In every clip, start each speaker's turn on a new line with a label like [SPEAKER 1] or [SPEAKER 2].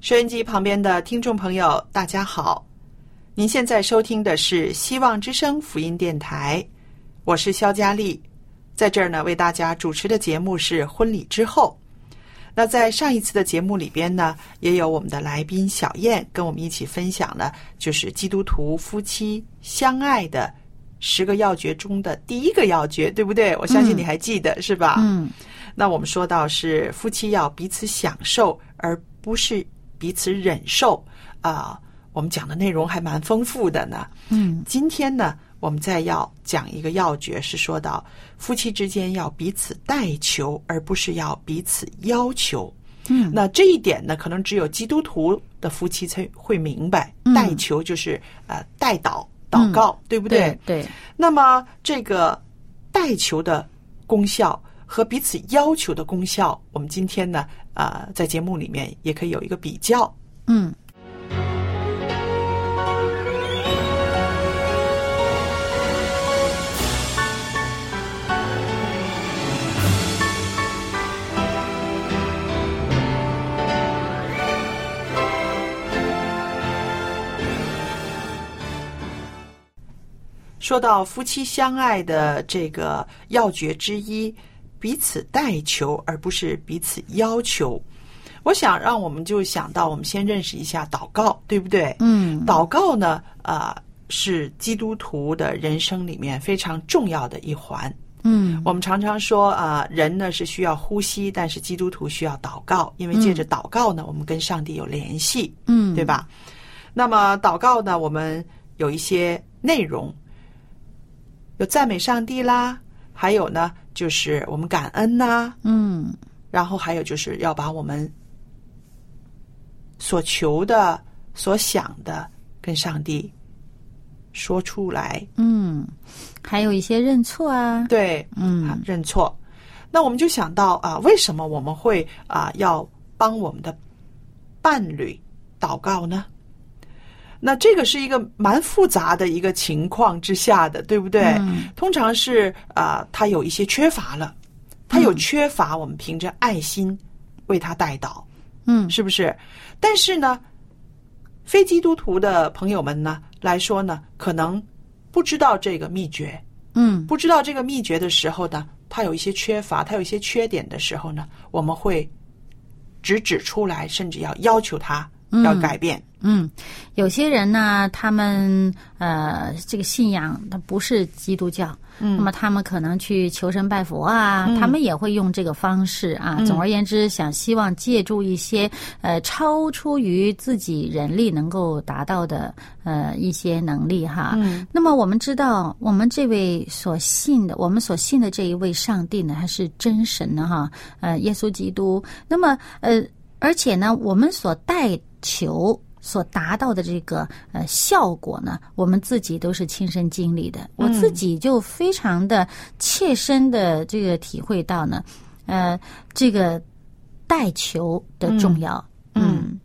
[SPEAKER 1] 收音机旁边的听众朋友，大家好！您现在收听的是希望之声福音电台，我是肖佳丽，在这儿呢为大家主持的节目是《婚礼之后》。那在上一次的节目里边呢，也有我们的来宾小燕跟我们一起分享了，就是基督徒夫妻相爱的十个要诀中的第一个要诀，对不对？我相信你还记得、是吧？
[SPEAKER 2] 嗯，
[SPEAKER 1] 那我们说到是夫妻要彼此享受，而不是彼此忍受啊、我们讲的内容还蛮丰富的呢。
[SPEAKER 2] 嗯，
[SPEAKER 1] 今天呢，我们再要讲一个要诀，是说到夫妻之间要彼此代求，而不是要彼此要求。
[SPEAKER 2] 嗯，
[SPEAKER 1] 那这一点呢，可能只有基督徒的夫妻才会明白，
[SPEAKER 2] 嗯
[SPEAKER 1] 代求就是呃代祷、祷告，对不
[SPEAKER 2] 对对，
[SPEAKER 1] 那么这个带球的功效和彼此要求的功效，我们今天呢，呃，在节目里面也可以有一个比较。
[SPEAKER 2] 嗯，
[SPEAKER 1] 说到夫妻相爱的这个要诀之一，彼此带球，而不是彼此要求。我想让我们就想到，我们先认识一下祷告，对不对？
[SPEAKER 2] 嗯，
[SPEAKER 1] 祷告呢，呃，是基督徒的人生里面非常重要的一环。
[SPEAKER 2] 嗯，
[SPEAKER 1] 我们常常说啊、呃人呢是需要呼吸，但是基督徒需要祷告，因为借着祷告呢，我们跟上帝有联系，
[SPEAKER 2] 嗯，
[SPEAKER 1] 对？吧？那么祷告呢，我们有一些内容，有赞美上帝啦，还有呢就是我们感恩呐，
[SPEAKER 2] 嗯
[SPEAKER 1] 然后还有就是要把我们所求的、所想的跟上帝说出来，
[SPEAKER 2] 嗯，还有一些认错啊，
[SPEAKER 1] 对，啊
[SPEAKER 2] 嗯，
[SPEAKER 1] 认错。那我们就想到啊，为什么我们会啊要帮我们的伴侣祷告呢？那这个是一个蛮复杂的一个情况之下的，对不对？
[SPEAKER 2] 嗯
[SPEAKER 1] 通常是啊，他有一些缺乏了，他
[SPEAKER 2] 嗯
[SPEAKER 1] 有缺乏，我们凭着爱心为他代祷。
[SPEAKER 2] 嗯
[SPEAKER 1] 是不是？但是呢，非基督徒的朋友们呢来说呢，可能不知道这个秘诀，
[SPEAKER 2] 嗯
[SPEAKER 1] 不知道这个秘诀的时候呢，他有一些缺乏，他有一些缺点的时候呢，我们会直指出来，甚至要要求他要改变。
[SPEAKER 2] 嗯，有些人呢，他们呃，这个信仰他不是基督教，
[SPEAKER 1] 嗯
[SPEAKER 2] 那么他们可能去求神拜佛啊，他们也会用这个方式啊。
[SPEAKER 1] 嗯
[SPEAKER 2] 总而言之，想希望借助一些呃超出于自己人力能够达到的呃一些能力哈。
[SPEAKER 1] 嗯
[SPEAKER 2] 那么我们知道，我们这位所信的，我们所信的这一位上帝呢，他是真神的哈，呃，耶稣基督。那么呃，而且呢，我们所代求。所达到的这个呃效果呢，我们自己都是亲身经历的。我自己就非常的切身的这个体会到呢，呃，这个代求的重要。
[SPEAKER 1] 嗯
[SPEAKER 2] 嗯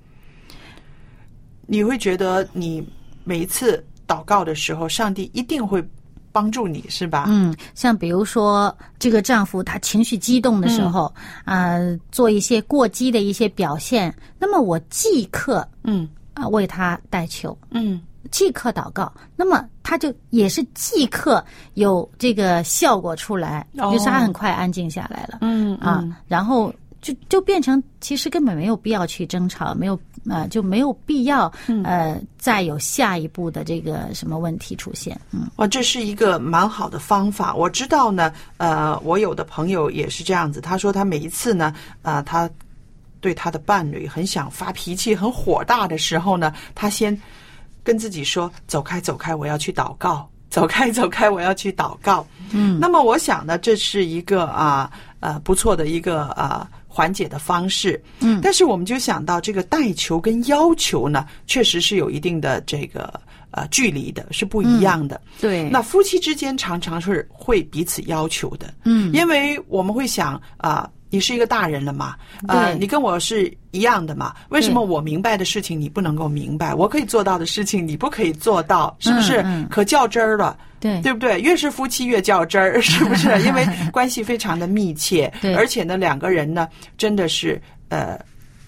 [SPEAKER 1] 你会觉得你每一次祷告的时候，上帝一定会帮助你，是吧？
[SPEAKER 2] 嗯，像比如说这个丈夫他情绪激动的时候，
[SPEAKER 1] 嗯
[SPEAKER 2] 啊、做一些过激的一些表现，那么我即刻
[SPEAKER 1] 嗯
[SPEAKER 2] 啊、为他代求，
[SPEAKER 1] 嗯
[SPEAKER 2] 即刻祷告，那么他就也是即刻有这个效果出来，
[SPEAKER 1] 哦
[SPEAKER 2] 就是他很快安静下来了、
[SPEAKER 1] 嗯嗯
[SPEAKER 2] 啊，然后就就变成其实根本没有必要去争吵，没有呃就没有必要
[SPEAKER 1] 嗯
[SPEAKER 2] 呃再有下一步的这个什么问题出现，嗯
[SPEAKER 1] 哇，这是一个蛮好的方法。我知道呢，呃，我有的朋友也是这样子，他说他每一次呢，啊、他对他的伴侣很想发脾气、很火大的时候呢，他先跟自己说：“走开，走开，我要去祷告。” 走开，走开！我要去祷告。嗯，那么我想呢，这是一个啊呃不错的一个啊缓解的方式。嗯，但是我们就想到这个代求跟要求呢，确实是有一定的这个呃距离的，是不一样的。
[SPEAKER 2] 对
[SPEAKER 1] 那夫妻之间常常是会彼此要求的，
[SPEAKER 2] 嗯
[SPEAKER 1] 因为我们会想啊、你是一个大人了嘛，啊、
[SPEAKER 2] 对
[SPEAKER 1] 你跟我是一样的嘛，为什么我明白的事情你不能够明白，我可以做到的事情你不可以做到，是不是
[SPEAKER 2] 嗯嗯？
[SPEAKER 1] 可较真儿了。
[SPEAKER 2] 对
[SPEAKER 1] 对不对？越是夫妻越较真儿， 是 不是？因为关系非常的密切
[SPEAKER 2] 对，
[SPEAKER 1] 而且呢，两个人呢，真的是呃，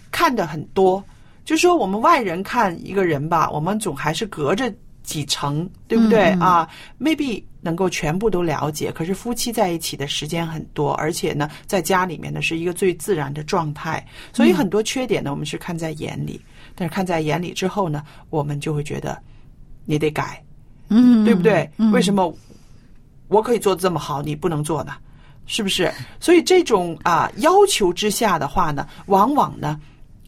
[SPEAKER 1] 看的很多。就说我们外人看一个人吧，我们总还是隔着几层，对不对、
[SPEAKER 2] 嗯嗯
[SPEAKER 1] 啊？maybe 能够全部都了解，可是夫妻在一起的时间很多，而且呢，在家里面呢是一个最自然的状态，所
[SPEAKER 2] 嗯
[SPEAKER 1] 以很多缺点呢，我们是看在眼里，但是看在眼里之后呢，我们就会觉得你得改，
[SPEAKER 2] 嗯
[SPEAKER 1] 对不对？
[SPEAKER 2] 嗯
[SPEAKER 1] 为什么我可以做得这么好，你不能做呢？是不是？所以这种啊要求之下的话呢，往往呢，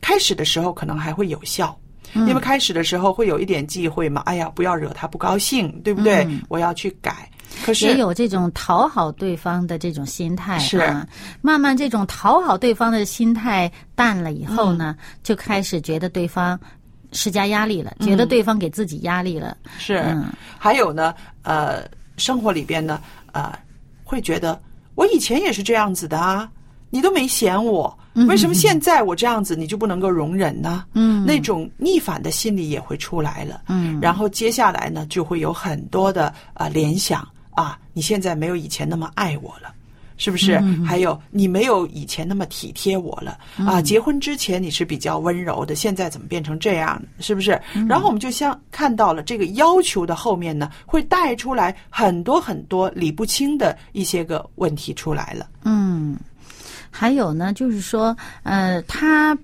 [SPEAKER 1] 开始的时候可能还会有效。
[SPEAKER 2] 嗯
[SPEAKER 1] 因为开始的时候会有一点忌讳嘛，哎呀，不要惹他不高兴，对不对？我要去改。可是
[SPEAKER 2] 嗯也有这种讨好对方的这种心态、啊，
[SPEAKER 1] 是
[SPEAKER 2] 慢慢这种讨好对方的心态淡了以后呢，
[SPEAKER 1] 嗯
[SPEAKER 2] 就开始觉得对方施加压力了，觉得对方给自己压力了，
[SPEAKER 1] 嗯是、
[SPEAKER 2] 嗯
[SPEAKER 1] 还有呢，呃，生活里边呢，呃，会觉得我以前也是这样子的啊，你都没嫌我，为什么现在我这样子你就不能够容忍呢？
[SPEAKER 2] 嗯，
[SPEAKER 1] 那种逆反的心理也会出来了。
[SPEAKER 2] 嗯，
[SPEAKER 1] 然后接下来呢，就会有很多的啊、呃联想啊，你现在没有以前那么爱我了。是不是？
[SPEAKER 2] 嗯
[SPEAKER 1] 还有，你没有以前那么体贴我了、
[SPEAKER 2] 嗯
[SPEAKER 1] 啊！结婚之前你是比较温柔的，现在怎么变成这样？是不是？
[SPEAKER 2] 嗯
[SPEAKER 1] 然后我们就像看到了这个要求的后面呢，会带出来很多很多理不清的一些个问题出来了。
[SPEAKER 2] 嗯，还有呢，就是说，呃，他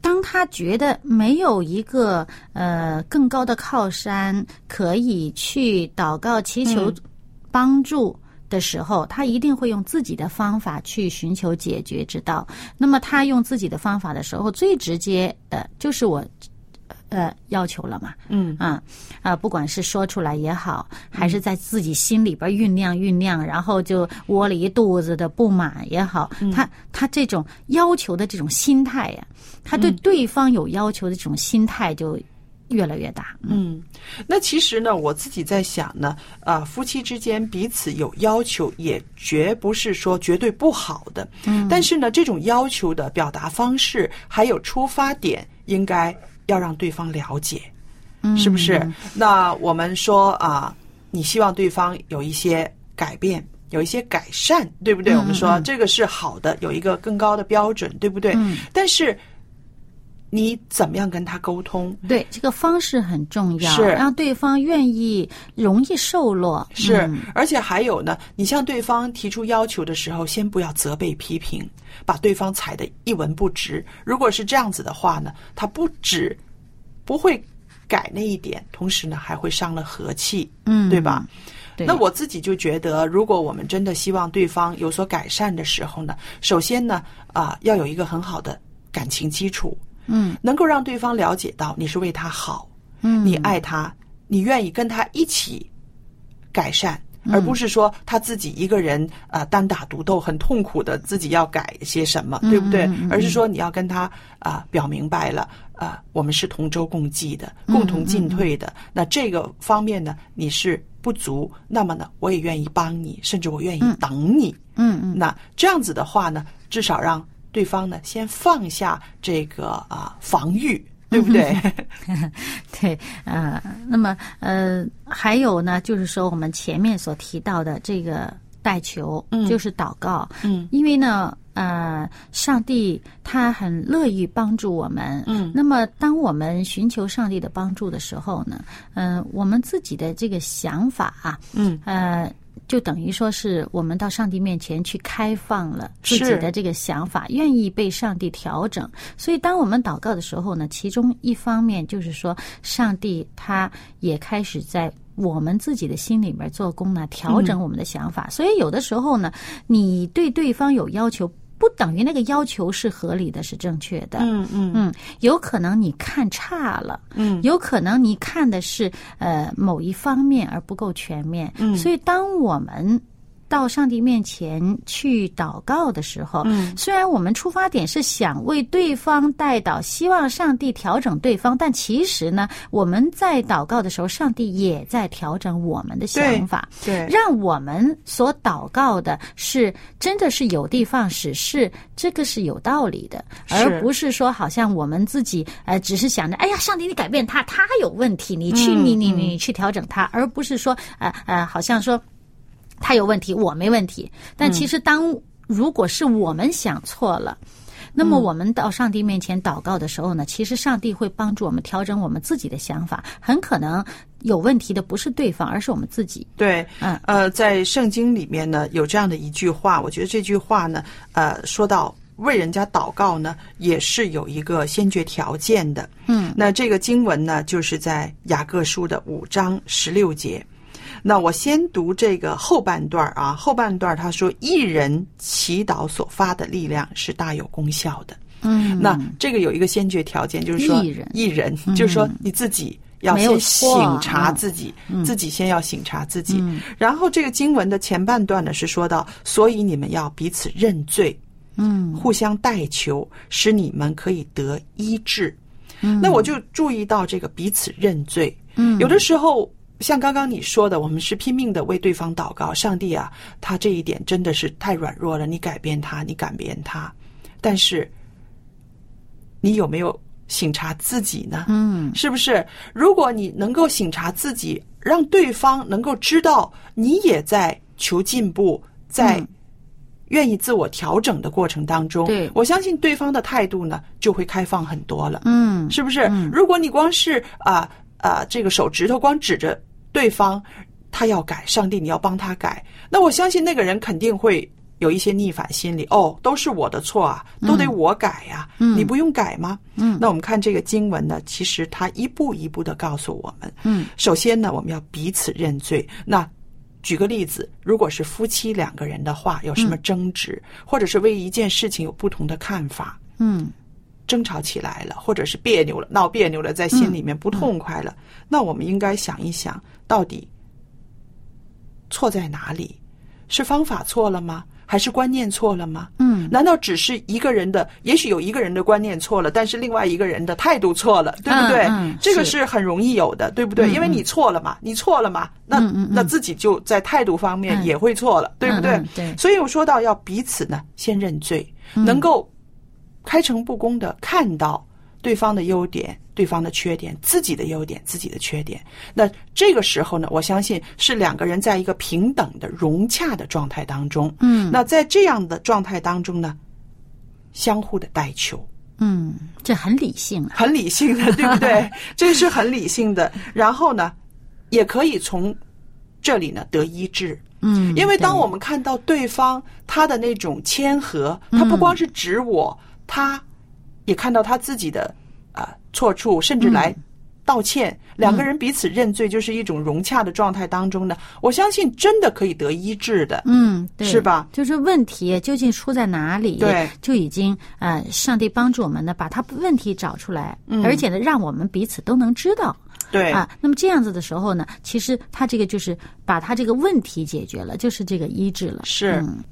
[SPEAKER 2] 当他觉得没有一个呃更高的靠山可以去祷告祈求帮助。的时候，他一定会用自己的方法去寻求解决之道。那么，他用自己的方法的时候，最直接的就是我，呃，要求了嘛。
[SPEAKER 1] 嗯
[SPEAKER 2] 啊啊，不管是说出来也好，还是在自己心里边酝酿酝酿，然后就窝了一肚子的不满也好，
[SPEAKER 1] 嗯
[SPEAKER 2] 他他这种要求的这种心态呀、他
[SPEAKER 1] 嗯
[SPEAKER 2] 对对方有要求的这种心态就越来越大。嗯
[SPEAKER 1] 嗯，那其实呢，我自己在想呢，啊，夫妻之间彼此有要求，也绝不是说绝对不好的。嗯，但是呢，这种要求的表达方式还有出发点，应该要让对方了解，
[SPEAKER 2] 嗯
[SPEAKER 1] 是不是？那我们说啊，你希望对方有一些改变。有一些改善，对不对？
[SPEAKER 2] 嗯
[SPEAKER 1] 我们说这个是好的，有一个更高的标准，对不对？
[SPEAKER 2] 嗯
[SPEAKER 1] 但是你怎么样跟他沟通？
[SPEAKER 2] 对，这个方式很重要，
[SPEAKER 1] 是
[SPEAKER 2] 让对方愿意容易受落。
[SPEAKER 1] 是
[SPEAKER 2] 嗯，
[SPEAKER 1] 而且还有呢，你向对方提出要求的时候，先不要责备批评，把对方踩得一文不值。如果是这样子的话呢，他不止不会改那一点，同时呢还会伤了和气，
[SPEAKER 2] 嗯
[SPEAKER 1] 对吧？
[SPEAKER 2] 对
[SPEAKER 1] 那我自己就觉得，如果我们真的希望对方有所改善的时候呢，首先呢，啊、要有一个很好的感情基础，
[SPEAKER 2] 嗯
[SPEAKER 1] 能够让对方了解到你是为他好，
[SPEAKER 2] 嗯，
[SPEAKER 1] 你爱他，你愿意跟他一起改善，
[SPEAKER 2] 嗯
[SPEAKER 1] 而不是说他自己一个人啊、呃单打独斗，很痛苦的自己要改些什么，对不对？
[SPEAKER 2] 嗯嗯
[SPEAKER 1] 而是说你要跟他啊、表明白了啊、我们是同舟共济的，
[SPEAKER 2] 嗯
[SPEAKER 1] 共同进退的。那这个方面呢，你是不足，那么呢，我也愿意帮你，甚至我愿意等你。
[SPEAKER 2] 嗯嗯
[SPEAKER 1] 那这样子的话呢，至少让对方呢先放下这个啊、防御，对不对？
[SPEAKER 2] 对，呃，那么呃，还有呢，就是说我们前面所提到的这个代求，
[SPEAKER 1] 嗯
[SPEAKER 2] 就是祷告，
[SPEAKER 1] 嗯
[SPEAKER 2] 因为呢，呃，上帝他很乐意帮助我们。
[SPEAKER 1] 嗯
[SPEAKER 2] 那么，当我们寻求上帝的帮助的时候呢，嗯、我们自己的这个想法啊，
[SPEAKER 1] 嗯
[SPEAKER 2] 呃，就等于说是我们到上帝面前去开放了自己
[SPEAKER 1] 是
[SPEAKER 2] 的这个想法，愿意被上帝调整。所以，当我们祷告的时候呢，其中一方面就是说，上帝他也开始在。我们自己的心里面做工呢，调整我们的想法。所以有的时候呢，你对对方有要求，不等于那个要求是合理的，是正确的。
[SPEAKER 1] 嗯嗯
[SPEAKER 2] 嗯，有可能你看差了，
[SPEAKER 1] 嗯，
[SPEAKER 2] 有可能你看的是呃某一方面而不够全面，
[SPEAKER 1] 嗯
[SPEAKER 2] 所以当我们到上帝面前去祷告的时候，
[SPEAKER 1] 嗯
[SPEAKER 2] 虽然我们出发点是想为对方带祷，希望上帝调整对方，但其实呢，我们在祷告的时候，上帝也在调整我们的想法。
[SPEAKER 1] 对，
[SPEAKER 2] 让我们所祷告的是真的是有的放矢，是这个是有道理的，
[SPEAKER 1] 是
[SPEAKER 2] 而不是说好像我们自己呃只是想着，哎呀，上帝你改变他，他有问题，你去
[SPEAKER 1] 嗯
[SPEAKER 2] 你你你去调整他，而不是说呃呃，好像说他有问题，我没问题。但其实当如果是我们想错了。那么我们到上帝面前祷告的时候呢，其实上帝会帮助我们调整我们自己的想法。很可能有问题的不是对方，而是我们自己。
[SPEAKER 1] 对，
[SPEAKER 2] 嗯
[SPEAKER 1] 呃，在圣经里面呢，有这样的一句话，我觉得这句话呢，呃，说到为人家祷告呢，也是有一个先决条件的。
[SPEAKER 2] 嗯，
[SPEAKER 1] 那这个经文呢，就是在雅各书的五章十六节。那我先读这个后半段儿啊，后半段儿他说：“一人祈祷所发的力量是大有功效的。
[SPEAKER 2] 嗯，
[SPEAKER 1] 那这个有一个先决条件，就是说
[SPEAKER 2] 一人嗯
[SPEAKER 1] 一人，就是说你自己要
[SPEAKER 2] 没有
[SPEAKER 1] 先
[SPEAKER 2] 错
[SPEAKER 1] 醒察
[SPEAKER 2] 嗯
[SPEAKER 1] 自己，自己先要醒察自己。然后这个经文的前半段呢是说到，所以你们要彼此认罪，
[SPEAKER 2] 嗯
[SPEAKER 1] 互相代求，使你们可以得医治。
[SPEAKER 2] 嗯
[SPEAKER 1] 那我就注意到这个彼此认罪，
[SPEAKER 2] 嗯
[SPEAKER 1] 有的时候。像刚刚你说的，我们是拼命的为对方祷告，上帝啊，他这一点真的是太软弱了，你改变他，你改变他。但是，你有没有醒察自己呢？
[SPEAKER 2] 嗯
[SPEAKER 1] 是不是？如果你能够醒察自己，让对方能够知道你也在求进步，
[SPEAKER 2] 嗯
[SPEAKER 1] 在愿意自我调整的过程当中，
[SPEAKER 2] 对
[SPEAKER 1] 我相信对方的态度呢就会开放很多了，
[SPEAKER 2] 嗯
[SPEAKER 1] 是不是？如果你光是啊啊、这个手指头光指着对方，他要改，上帝你要帮他改，那我相信那个人肯定会。有一些逆反心理，哦，都是我的错啊，都得我改呀、
[SPEAKER 2] 嗯
[SPEAKER 1] 你不用改吗？
[SPEAKER 2] 嗯
[SPEAKER 1] 那我们看这个经文呢，其实它一步一步的告诉我们，
[SPEAKER 2] 嗯
[SPEAKER 1] 首先呢，我们要彼此认罪。那举个例子，如果是夫妻两个人的话，有什
[SPEAKER 2] 嗯
[SPEAKER 1] 么争执，或者是为一件事情有不同的看法，
[SPEAKER 2] 嗯
[SPEAKER 1] 争吵起来了，或者是别扭了、闹别扭了，在心里面不痛快
[SPEAKER 2] 嗯
[SPEAKER 1] 了，那我们应该想一想，到底错在哪里？是方法错了吗？还是观念错了吗？
[SPEAKER 2] 嗯，
[SPEAKER 1] 难道只是一个人的？也许有一个人的观念错了，但是另外一个人的态度错了，对不对？
[SPEAKER 2] 嗯嗯
[SPEAKER 1] 这个
[SPEAKER 2] 是
[SPEAKER 1] 是很容易有的，对不对？
[SPEAKER 2] 嗯嗯
[SPEAKER 1] 因为你错了嘛，你错了嘛，那、
[SPEAKER 2] 嗯嗯嗯
[SPEAKER 1] 那自己就在态度方面也会错了，对不对？
[SPEAKER 2] 嗯嗯对
[SPEAKER 1] 所以我说到要彼此呢先认罪，能够开诚布公的看到对方的优点、对方的缺点、自己的优点、自己的缺点。那这个时候呢，我相信是两个人在一个平等的、融洽的状态当中。
[SPEAKER 2] 嗯
[SPEAKER 1] 那在这样的状态当中呢，相互的代求，
[SPEAKER 2] 嗯，这很理性啊。
[SPEAKER 1] 很理性的，对不对？这是很理性的。然后呢，也可以从这里呢得医治。
[SPEAKER 2] 嗯，
[SPEAKER 1] 因为当
[SPEAKER 2] 对
[SPEAKER 1] 我们看到对方他的那种谦和，
[SPEAKER 2] 嗯
[SPEAKER 1] 他不光是指我，他也看到他自己的啊、呃错处，甚至
[SPEAKER 2] 嗯
[SPEAKER 1] 来道歉。两个人彼此认罪，就是一种融洽的状态当中呢，我相信真的可以得医治的。
[SPEAKER 2] 嗯，对，
[SPEAKER 1] 是吧？
[SPEAKER 2] 就是问题究竟出在哪里？
[SPEAKER 1] 对，
[SPEAKER 2] 就已经呃，上帝帮助我们呢，把他问题找出来，而且呢，让我们彼此都能知道。
[SPEAKER 1] 嗯对，
[SPEAKER 2] 啊，那么这样子的时候呢，其实他这个就是把他这个问题解决了，就是这个医治了。
[SPEAKER 1] 是。
[SPEAKER 2] 嗯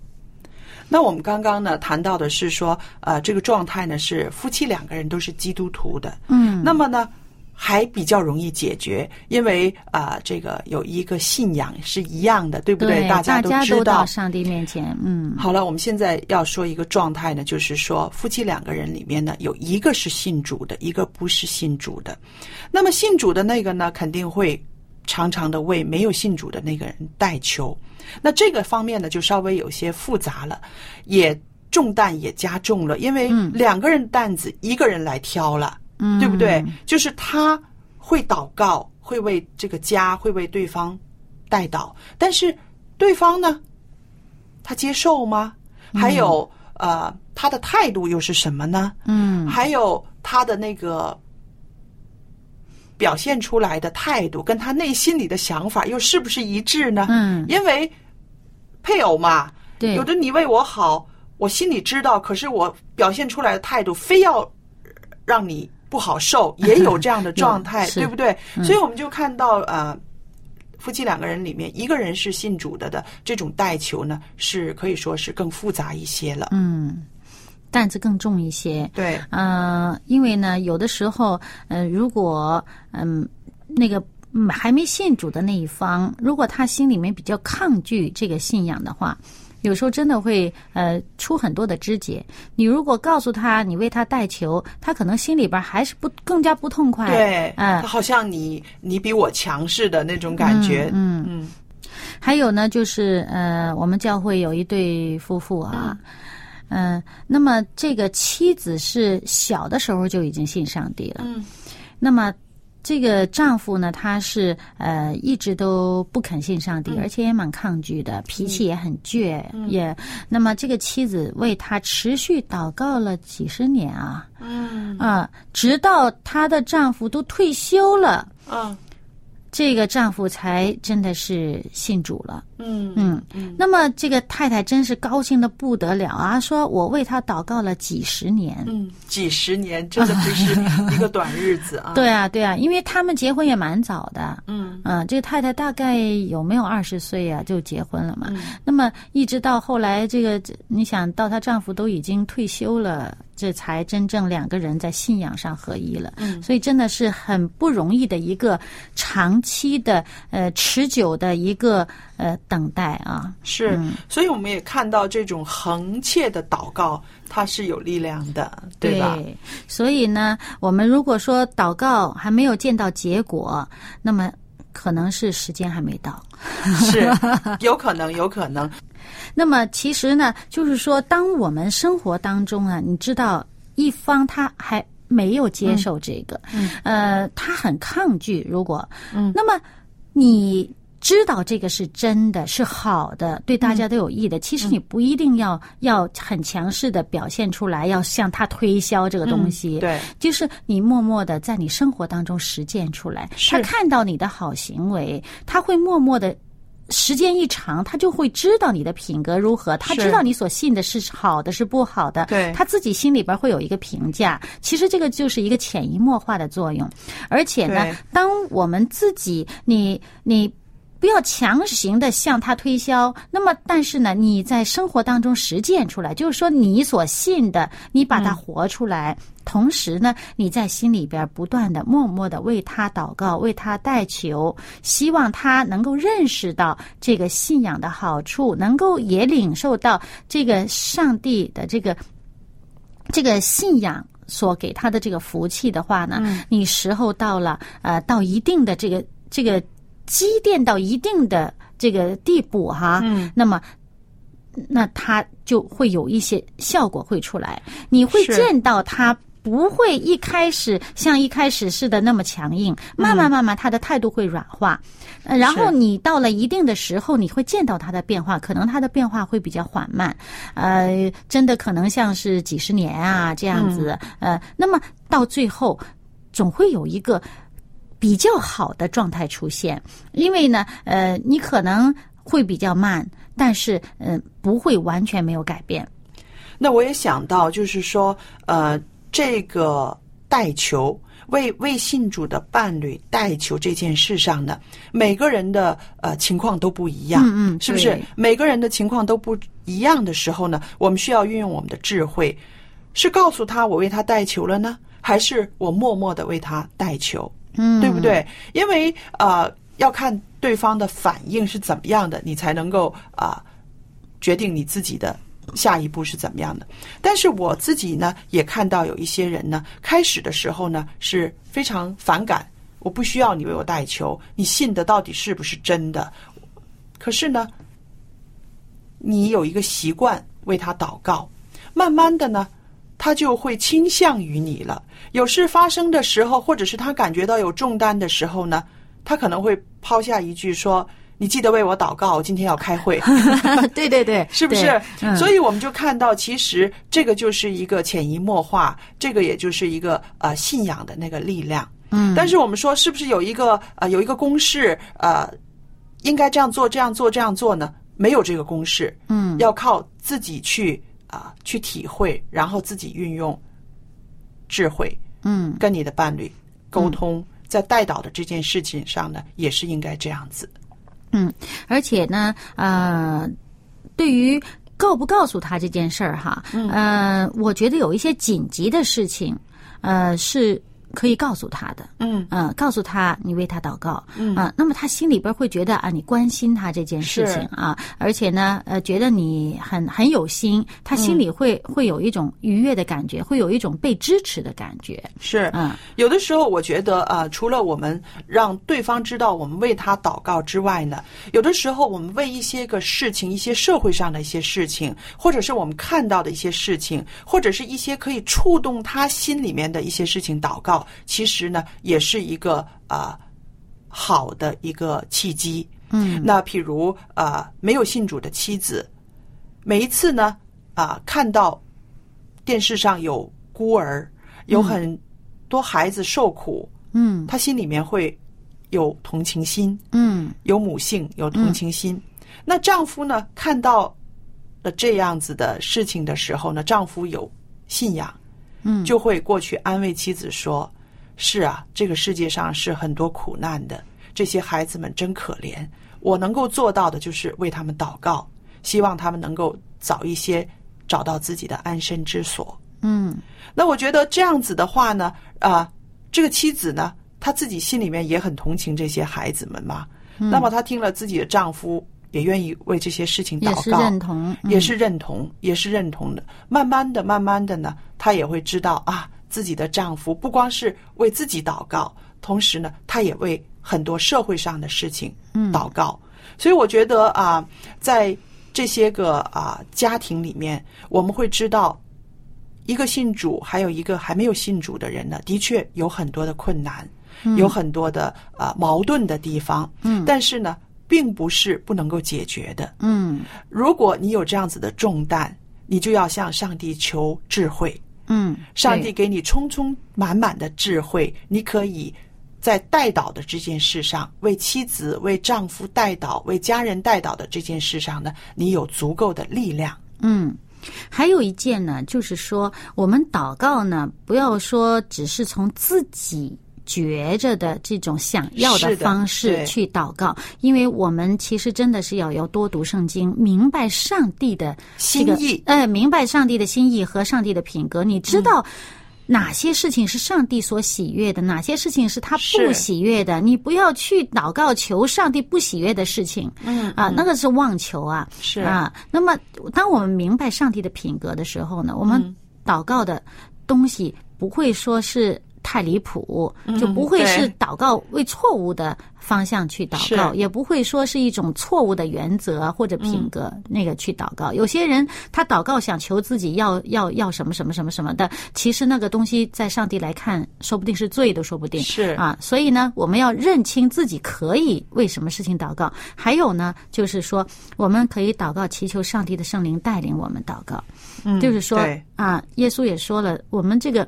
[SPEAKER 1] 那我们刚刚呢谈到的啊是说，呃，这个状态呢是夫妻两个人都是基督徒的，
[SPEAKER 2] 嗯
[SPEAKER 1] 那么呢，还比较容易解决，因为啊、呃这个有一个信仰是一样的，对不
[SPEAKER 2] 对，
[SPEAKER 1] 大
[SPEAKER 2] 家
[SPEAKER 1] 家都
[SPEAKER 2] 都
[SPEAKER 1] 知道
[SPEAKER 2] 到。上帝面前，嗯，
[SPEAKER 1] 好了，我们现在要说一个状态呢，就是说夫妻两个人里面呢，有一个是信主的，一个不是信主的。那么信主的那个呢，肯定会常常的为没有信主的那个人代求。那这个方面呢，就稍微有些复杂了，也重担也加重了，因为两个人担子一个人来挑了，
[SPEAKER 2] 嗯
[SPEAKER 1] 对不对？就是他会祷告，会为这个家，会为对方代祷，但是对方呢，他接受吗？还有、呃，他的态度又是什么呢？
[SPEAKER 2] 嗯，
[SPEAKER 1] 还有他的那个表现出来的态度，跟他内心里的想法又是不是一致呢？
[SPEAKER 2] 嗯
[SPEAKER 1] 因为配偶嘛，
[SPEAKER 2] 对
[SPEAKER 1] 有的你为我好，我心里知道，可是我表现出来的态度非要让你不好受，也有这样的状态，
[SPEAKER 2] 嗯有是
[SPEAKER 1] 对不对？所以我们就看到呃。夫妻两个人里面，一个人是信主的的，这种代求呢，是可以说是更复杂一些了。
[SPEAKER 2] 嗯，担子更重一些。
[SPEAKER 1] 对，
[SPEAKER 2] 呃，因为呢，有的时候，呃，如果嗯、那个嗯还没信主的那一方，如果他心里面比较抗拒这个信仰的话。有时候真的会呃出很多的枝节。你如果告诉他你为他代求，他可能心里边还是不更加不痛快。
[SPEAKER 1] 对，
[SPEAKER 2] 嗯
[SPEAKER 1] 他好像你你比我强势的那种感觉，嗯嗯
[SPEAKER 2] 还有呢，就是呃，我们教会有一对夫妇啊，嗯、那么这个妻子是小的时候就已经信上帝了，
[SPEAKER 1] 嗯
[SPEAKER 2] 那么。这个丈夫呢，他是呃一直都不肯信上
[SPEAKER 1] 嗯
[SPEAKER 2] 帝，而且也蛮抗拒的，脾气也很倔，也那么这个妻子为他持续祷告了几十年啊
[SPEAKER 1] 嗯
[SPEAKER 2] 啊、直到她的丈夫都退休了，
[SPEAKER 1] 嗯
[SPEAKER 2] 这个丈夫才真的是信主了。
[SPEAKER 1] 嗯
[SPEAKER 2] 嗯，那么这个太太真是高兴的不得了啊！说我为他祷告了几十年。
[SPEAKER 1] 嗯，几十年真的不是一个短日子啊。，
[SPEAKER 2] 对啊，对啊，因为他们结婚也蛮早的，
[SPEAKER 1] 嗯
[SPEAKER 2] 嗯、这个太太大概有没有二十岁啊就结婚了嘛？
[SPEAKER 1] 嗯
[SPEAKER 2] 那么一直到后来，这个你想到她丈夫都已经退休了，这才真正两个人在信仰上合一了。
[SPEAKER 1] 嗯
[SPEAKER 2] 所以真的是很不容易的一个长期的呃持久的一个呃等待啊。
[SPEAKER 1] 是，所以我们也看到这种恒切的祷告，它是有力量的，对吧？
[SPEAKER 2] 所以呢，我们如果说祷告还没有见到结果，那么可能是时间还没到。
[SPEAKER 1] 是， 有可能，有可能，
[SPEAKER 2] 那么其实呢，就是说，当我们生活当中啊，你知道一方他还没有接受这个，
[SPEAKER 1] 嗯
[SPEAKER 2] 呃，他很抗拒。如果，
[SPEAKER 1] 嗯
[SPEAKER 2] 那么你。知道这个是真的，是好的，对大家都有
[SPEAKER 1] 嗯
[SPEAKER 2] 益的。其实你不一定要要很强势的表现出来，要向他推销这个东西。
[SPEAKER 1] 嗯对，
[SPEAKER 2] 就是你默默的在你生活当中实践出来，
[SPEAKER 1] 是
[SPEAKER 2] 他看到你的好行为，他会默默的。时间一长，他就会知道你的品格如何，他
[SPEAKER 1] 是
[SPEAKER 2] 知道你所信的是好的是不好的，
[SPEAKER 1] 对
[SPEAKER 2] 他自己心里边会有一个评价。其实这个就是一个潜移默化的作用，而且呢
[SPEAKER 1] 对，
[SPEAKER 2] 当我们自己，你你不要强行的向他推销。那么，但是呢，你在生活当中实践出来，就是说你所信的，你把它活出来。同时呢，你在心里边不断的、默默的为他祷告，为他代求，希望他能够认识到这个信仰的好处，能够也领受到这个上帝的这个这个信仰所给他的这个福气的话呢，
[SPEAKER 1] 嗯
[SPEAKER 2] 你时候到了，呃，到一定的这个这个积淀到一定的这个地步哈，
[SPEAKER 1] 嗯
[SPEAKER 2] 那么。那他就会有一些效果会出来，你会
[SPEAKER 1] 是
[SPEAKER 2] 见到他不会一开始像一开始似的那么强硬，慢
[SPEAKER 1] 嗯
[SPEAKER 2] 慢慢慢他的态度会软化，呃然后
[SPEAKER 1] 是
[SPEAKER 2] 你到了一定的时候，你会见到他的变化，可能他的变化会比较缓慢，呃，真的可能像是几十年
[SPEAKER 1] 嗯
[SPEAKER 2] 啊这样子，呃，那么到最后总会有一个比较好的状态出现，因为呢，呃，你可能会比较慢，但是嗯、呃，不会完全没有改变，
[SPEAKER 1] 那我也想到，就是说，呃，这个代求为为信主的伴侣代求这件事上呢，每个人的呃情况都不一样，
[SPEAKER 2] 嗯嗯
[SPEAKER 1] 是不是
[SPEAKER 2] 对？
[SPEAKER 1] 每个人的情况都不一样的时候呢，我们需要运用我们的智慧，是告诉他我为他代求了呢，还是我默默的为他代求？
[SPEAKER 2] 嗯，
[SPEAKER 1] 对不？对？因为呃，要看对方的反应是怎么样的，你才能够啊、决定你自己的下一步是怎么样的。但是我自己呢，也看到有一些人呢，开始的时候呢是非常反感，我不需要你为我代求，你信的到底是不是真的？可是呢，你有一个习惯为他祷告，慢慢的呢，他就会倾向于你了。有事发生的时候，或者是他感觉到有重担的时候呢，他可能会抛下一句说：“你记得为我祷告，我今天要开 会。”
[SPEAKER 2] 对对对，
[SPEAKER 1] 是不是
[SPEAKER 2] 对？嗯、
[SPEAKER 1] 所以我们就看到，其实这个就是一个潜移默化，这个也就是一个呃信仰的那个力量。
[SPEAKER 2] 嗯，
[SPEAKER 1] 但是我们说，是不是有一个呃有一个公式呃，应该这样做、这样做、这样做呢？没有这个公式，
[SPEAKER 2] 嗯，
[SPEAKER 1] 要靠自己去啊、去体会，然后自己运用智慧，
[SPEAKER 2] 嗯
[SPEAKER 1] 跟你的伴侣沟通，在带导的这件事情上呢，也是应该这样子。
[SPEAKER 2] 而且呢，呃，对于告不告诉他这件事儿哈，
[SPEAKER 1] 嗯
[SPEAKER 2] 呃，我觉得有一些紧急的事情，呃，是可以告诉他的。
[SPEAKER 1] 嗯，
[SPEAKER 2] 嗯，告诉他你为他祷告，嗯啊，那么他心里边会觉得啊，你关心他这件事情
[SPEAKER 1] 是
[SPEAKER 2] 啊，而且呢，呃，觉得你很很有心，他心里会、
[SPEAKER 1] 嗯
[SPEAKER 2] 会有一种愉悦的感觉，会有一种被支持的感觉，
[SPEAKER 1] 是，
[SPEAKER 2] 嗯
[SPEAKER 1] 有的时候我觉得啊、呃除了我们让对方知道我们为他祷告之外呢，有的时候我们为一些个事情、一些社会上的一些事情，或者是我们看到的一些事情，或者是一些可以触动他心里面的一些事情祷告，其实呢，也是一个啊、呃好的一个契机。
[SPEAKER 2] 嗯
[SPEAKER 1] 那譬如啊、呃没有信主的妻子，每一次呢啊、看到电视上有孤儿，有很多孩子受苦，
[SPEAKER 2] 嗯
[SPEAKER 1] 他心里面会有同情心，
[SPEAKER 2] 嗯
[SPEAKER 1] 有母性，有同情心。那丈夫呢，看到了这样子的事情的时候呢，丈夫有信仰，
[SPEAKER 2] 嗯
[SPEAKER 1] 就会过去安慰妻子说：“是啊，这个世界上是很多苦难的，这些孩子们真可怜。我能够做到的就是为他们祷告，希望他们能够早一些找到自己的安身之所。”
[SPEAKER 2] 嗯
[SPEAKER 1] 那我觉得这样子的话呢，啊、这个妻子呢，她自己心里面也很同情这些孩子们嘛。
[SPEAKER 2] 嗯
[SPEAKER 1] 那么她听了自己的丈夫也愿意为这些事情
[SPEAKER 2] 也
[SPEAKER 1] 祷
[SPEAKER 2] 是
[SPEAKER 1] 告，
[SPEAKER 2] 认同，嗯
[SPEAKER 1] 也是认同，也是认同的。慢慢的，慢慢的呢，她也会知道啊，自己的丈夫不光是为自己祷告，同时呢，她也为很多社会上的事情
[SPEAKER 2] 嗯
[SPEAKER 1] 祷告。所以我觉得啊，在这些个啊家庭里面，我们会知道，一个信主，还有一个还没有信主的人呢，的确有很多的困难，有很多的啊、矛盾的地方。嗯，但是呢，并不是不能够解决的。
[SPEAKER 2] 嗯
[SPEAKER 1] 如果你有这样子的重担，你就要向上帝求智慧，
[SPEAKER 2] 嗯，
[SPEAKER 1] 上
[SPEAKER 2] 对
[SPEAKER 1] 帝给你充充满满的智慧，你可以在带导的这件事上，为妻子、为丈夫带导、为家人带导的这件事上呢，你有足够的力量。
[SPEAKER 2] 嗯，还有一件呢，就是说我们祷告呢，不要说只是从自己。觉着的这种想要的
[SPEAKER 1] 是的
[SPEAKER 2] 方式
[SPEAKER 1] 对
[SPEAKER 2] 去祷告，因为我们其实真的是要要多读圣经，明白上帝的这个
[SPEAKER 1] 心意
[SPEAKER 2] 呃，明白上帝的心意和上帝的品格。你知
[SPEAKER 1] 嗯
[SPEAKER 2] 道哪些事情是上帝所喜悦的，哪些事情是他不
[SPEAKER 1] 是
[SPEAKER 2] 喜悦的。你不要去祷告求上帝不喜悦的事情，
[SPEAKER 1] 嗯
[SPEAKER 2] 啊，那个是妄求啊。
[SPEAKER 1] 是
[SPEAKER 2] 啊。那么，当我们明白上帝的品格的时候
[SPEAKER 1] 嗯
[SPEAKER 2] 呢，我们祷告的东西不会说是太离谱，就不会是
[SPEAKER 1] 嗯对
[SPEAKER 2] 祷告为错误的方向去祷告，
[SPEAKER 1] 是
[SPEAKER 2] 也不会说是一种错误的原则啊或者品格那个去祷告。有些人他祷告想求自己要要要什么什么什么什么的，其实那个东西在上帝来看，说不定是罪都说不定。
[SPEAKER 1] 是
[SPEAKER 2] 啊，所以呢，我们要认清自己可以为什么事情祷告。还有呢，就是说，我们可以祷告，祈求上帝的圣灵带领我们祷告。
[SPEAKER 1] 嗯
[SPEAKER 2] 就是说
[SPEAKER 1] 对
[SPEAKER 2] 啊，耶稣也说了，我们这个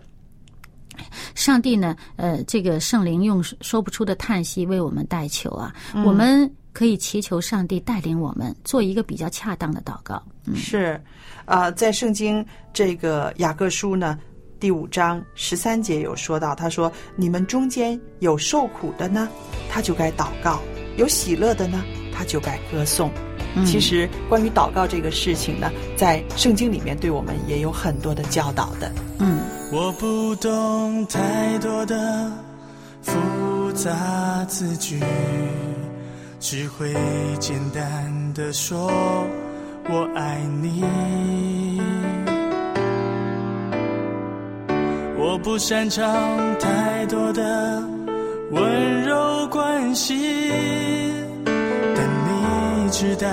[SPEAKER 2] 上帝呢，呃，这个圣灵用说不出的叹息为我们代求啊，
[SPEAKER 1] 嗯
[SPEAKER 2] 我们可以祈求上帝带领我们做一个比较恰当的祷告。
[SPEAKER 1] 是，呃，在圣经这个雅各书呢第五章十三节有说到，他说：“你们中间有受苦的呢，他就该祷告；有喜乐的呢，他就该歌颂。”其实，关于祷告这个事情呢，在圣经里面对我们也有很多的教导的。
[SPEAKER 2] 嗯。
[SPEAKER 3] 我不懂太多的复杂字句，只会简单的说我爱你。我不擅长太多的温柔关系，但你知道，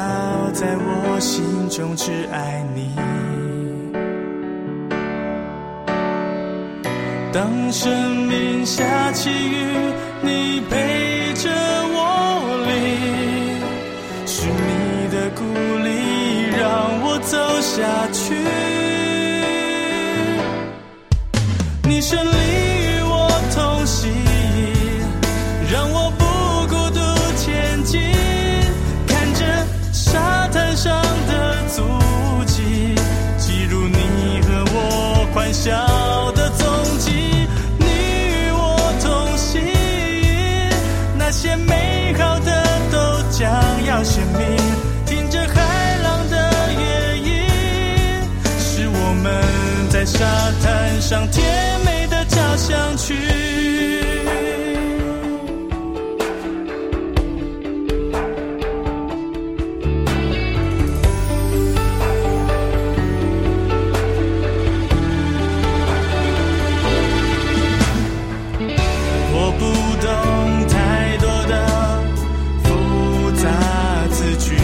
[SPEAKER 3] 在我心中只爱你。当生命下起雨，你陪着我淋，是你的鼓励让我走下去。你胜利与我同行，让我不孤独前进。看着沙滩上的足迹，记录你和我欢笑的踪迹。你与我同行，那些美好的都将要鲜明。听着海浪的乐音，是我们在沙滩上甜美的交响曲。我不懂太多的复杂字句，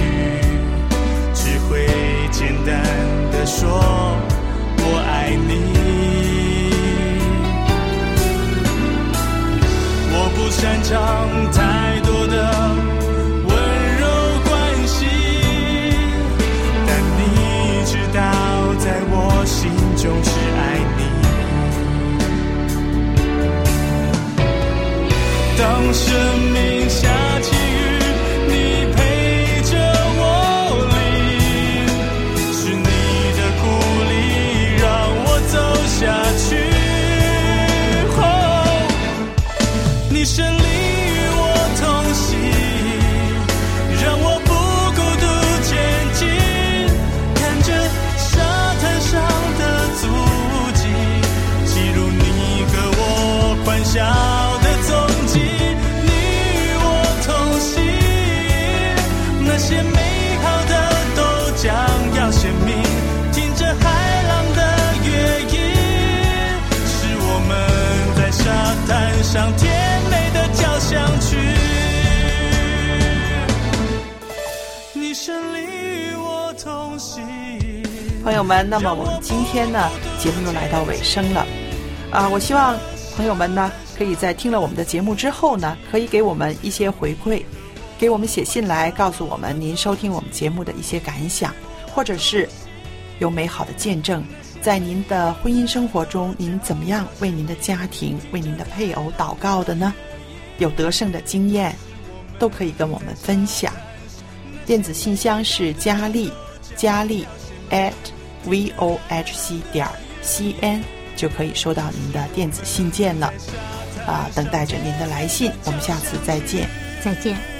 [SPEAKER 3] 只会简单的说我爱你。我不擅长太多的温柔关系，但你知道，在我心中只爱你。当生命下起雨，你陪着我淋，是你的鼓励让我走下去。哦你胜利与我同行，让我不孤独前进。看着沙滩上的足迹，记录你和我欢笑的踪迹。你与我同行，那些美好的都将要鲜明。听着海浪的乐音，是我们在沙滩上甜美的交响曲。你胜利与我同行。
[SPEAKER 1] 朋友们，那么我们今天呢，节目又来到尾声了，啊，我希望朋友们呢，可以在听了我们的节目之后呢，可以给我们一些回馈，给我们写信来告诉我们您收听我们节目的一些感想，或者是有美好的见证，在您的婚姻生活中，您怎么样为您的家庭、为您的配偶祷告的呢？有得胜的经验，都可以跟我们分享。电子信箱是佳丽，佳丽 at v o h c 点 c n 就可以收到您的电子信件了。啊、等待着您的来信，我们下次再见。
[SPEAKER 2] 再见。